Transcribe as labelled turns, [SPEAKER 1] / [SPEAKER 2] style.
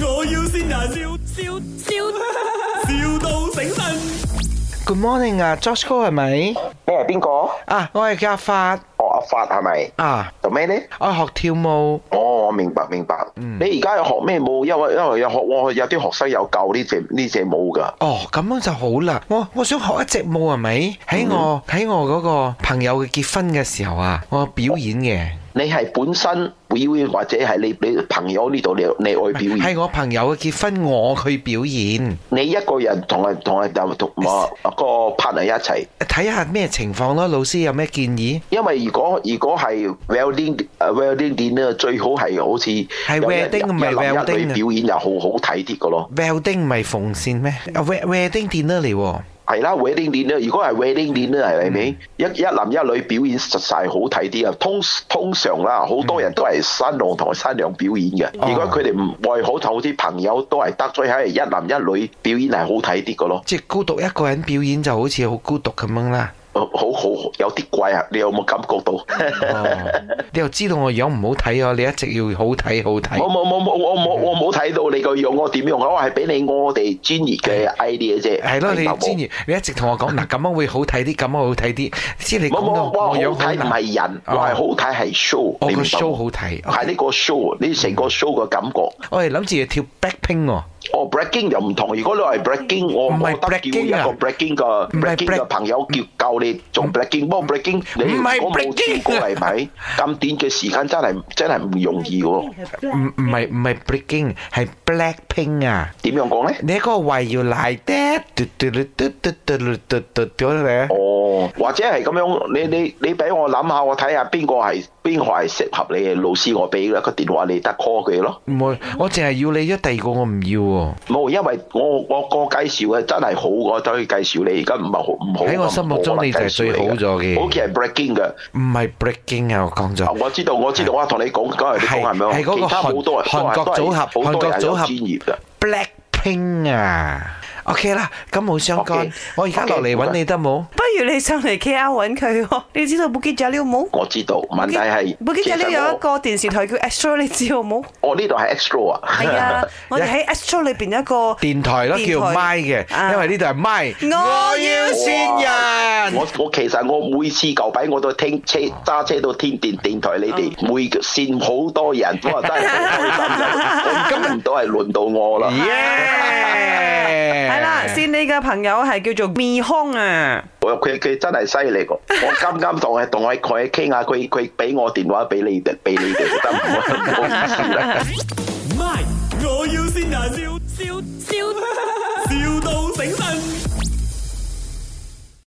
[SPEAKER 1] 要先人，笑笑笑，笑到醒神。
[SPEAKER 2] Good morning 啊，Josh 哥係咪？
[SPEAKER 3] 你係邊個？
[SPEAKER 2] 啊，我係阿發
[SPEAKER 3] 哦，阿發係咪？
[SPEAKER 2] 啊，
[SPEAKER 3] 做咩呢？
[SPEAKER 2] 我係學跳舞。
[SPEAKER 3] 哦，我明白明白。
[SPEAKER 2] 嗯
[SPEAKER 3] 你而家有學咩舞？因為因為有學我有啲學生有教呢隻呢隻舞㗎。
[SPEAKER 2] 哦，咁樣就好啦。我我想學一隻舞係咪？喺我喺我嗰個朋友嘅結婚嘅時候啊，我表演嘅。
[SPEAKER 3] 你係本身表演或者係你你朋友呢度你你愛表演？
[SPEAKER 2] 係我朋友嘅結婚，我去表演，
[SPEAKER 3] 你一個人同人同人同同啊個 partner 一齊。
[SPEAKER 2] 睇下咩情況咯。老師有咩建議？
[SPEAKER 3] 因為如果如果係 wedding 誒 wedding d 咧，最好係好似
[SPEAKER 2] 係
[SPEAKER 3] 有一
[SPEAKER 2] wedding，唔
[SPEAKER 3] 一
[SPEAKER 2] 係
[SPEAKER 3] 男一
[SPEAKER 2] welding 啊
[SPEAKER 3] 女表演又好好睇啲嘅咯。
[SPEAKER 2] wedding 唔係縫線咩啊？we-？wedding À, dinner 嚟喎，
[SPEAKER 3] 係啦，wedding d 咧，如果係 wedding d 咧，係咪
[SPEAKER 2] 嗯
[SPEAKER 3] 一一男一女表演實晒好睇啲啊？通通常啦，好多人都係新郎同新娘表演嘅。
[SPEAKER 2] 哦
[SPEAKER 3] 如果佢哋唔愛好同啲朋友都係得，所以係一男一女表演係好睇啲嘅咯。
[SPEAKER 2] 即係孤獨一個人表演就好似好孤獨咁樣啦。
[SPEAKER 3] 好好好有啲怪啊！你有冇感覺到？
[SPEAKER 2] 哦，你又知道我樣唔好睇啊！你一直要好睇好
[SPEAKER 3] 我
[SPEAKER 2] 睇。
[SPEAKER 3] 冇冇冇我冇我
[SPEAKER 2] 嗯
[SPEAKER 3] 冇睇到你個樣，我點用啊？我係俾你我哋專業嘅 idea 啫。
[SPEAKER 2] 係咯，你
[SPEAKER 3] 明白冇
[SPEAKER 2] 之前你一直同我講嗱，咁樣會好睇啲，咁樣好睇啲。知你
[SPEAKER 3] 冇
[SPEAKER 2] 講到
[SPEAKER 3] 冇我
[SPEAKER 2] 我樣
[SPEAKER 3] 好
[SPEAKER 2] 好
[SPEAKER 3] 睇唔
[SPEAKER 2] 難，
[SPEAKER 3] 係人，
[SPEAKER 2] 哦
[SPEAKER 3] 我係好睇係 show。
[SPEAKER 2] 我個
[SPEAKER 3] 你明白
[SPEAKER 2] show
[SPEAKER 3] 冇
[SPEAKER 2] 好嗯睇。
[SPEAKER 3] 係呢個 show，你成個 show 嘅感覺。
[SPEAKER 2] 我哋諗住跳 Blackpink 喎，
[SPEAKER 3] 哦，breaking 又唔同。如果你係 breaking，我
[SPEAKER 2] 嗯唔
[SPEAKER 3] 我
[SPEAKER 2] 係
[SPEAKER 3] 覺得
[SPEAKER 2] breaking
[SPEAKER 3] 叫一個
[SPEAKER 2] 啊
[SPEAKER 3] breaking 嘅
[SPEAKER 2] 唔係
[SPEAKER 3] breaking
[SPEAKER 2] break- 嗯
[SPEAKER 3] 嘅朋友叫教你做 breaking。不過 breaking 你
[SPEAKER 2] 唔係
[SPEAKER 3] 我冇
[SPEAKER 2] breaking 啊
[SPEAKER 3] 跳過係咪？咁短嘅時間真係真係唔容易喎。
[SPEAKER 2] 唔唔係唔係 Breaking，係 Blackpink 啊！
[SPEAKER 3] 點樣講咧？
[SPEAKER 2] 你喺嗰個位要賴爹，嘟嘟嘟嘟嘟嘟嘟嘟嘟嘟嗰度咧，
[SPEAKER 3] 哦，或者係咁樣，你你你俾我諗下，我睇下邊個係邊個係適合你嘅老師，我俾啦個電話你得 call 佢咯。
[SPEAKER 2] 唔會，我淨係要你咗第二個，我唔要喎。
[SPEAKER 3] 冇，因為我我我介紹嘅真係好，我都可以介紹你。而家唔係好唔好
[SPEAKER 2] 喺我心目中
[SPEAKER 3] 冇可能
[SPEAKER 2] 你就係
[SPEAKER 3] 介紹
[SPEAKER 2] 最好
[SPEAKER 3] 你
[SPEAKER 2] 咗嘅
[SPEAKER 3] 好似係 breaking 嘅。
[SPEAKER 2] 唔係 Breaking 啊，我講
[SPEAKER 3] 啊
[SPEAKER 2] 咗。
[SPEAKER 3] 我知道，我知道，我同你講嗰日你講係咪？
[SPEAKER 2] 係係嗰個
[SPEAKER 3] 其他好多人
[SPEAKER 2] 韓韓國組合
[SPEAKER 3] 都係
[SPEAKER 2] 韓
[SPEAKER 3] 好多人有
[SPEAKER 2] 國組合
[SPEAKER 3] 專業嘅。
[SPEAKER 2] Blackpink 啊，OK 啦，咁冇相干
[SPEAKER 3] OK，
[SPEAKER 2] 我而家落嚟
[SPEAKER 3] OK，
[SPEAKER 2] 揾你得冇？
[SPEAKER 4] 不如你上嚟 K R 揾佢喎，你知道 Bukit Jalil 冇
[SPEAKER 3] 我知道，問題係
[SPEAKER 4] ？Bukit
[SPEAKER 3] 其實
[SPEAKER 4] Jalil 有一個電視台叫 Astro，你知道 冇？
[SPEAKER 3] 我我呢度係 extra 啊。
[SPEAKER 4] 係啊，我哋喺 Astro 裏邊有一個
[SPEAKER 2] 電台咯，叫麥嘅，因為呢度係麥。
[SPEAKER 4] 啊
[SPEAKER 2] 我要善人
[SPEAKER 3] 我。我其實我每次舊擺我都聽車揸車到天電電台，你哋
[SPEAKER 4] 哦
[SPEAKER 3] 每線好多人，我真係好開心 啊！我根本都係輪到我啦。
[SPEAKER 2] 耶！
[SPEAKER 4] 係啦，先你嘅朋友係叫做 Mi Hong 啊，
[SPEAKER 3] 我佢佢真係犀利喎！我啱啱同佢同佢佢傾下，佢佢俾我電話俾你哋，俾你哋得唔好唔好意思啦。
[SPEAKER 1] My，我要先人，笑笑笑，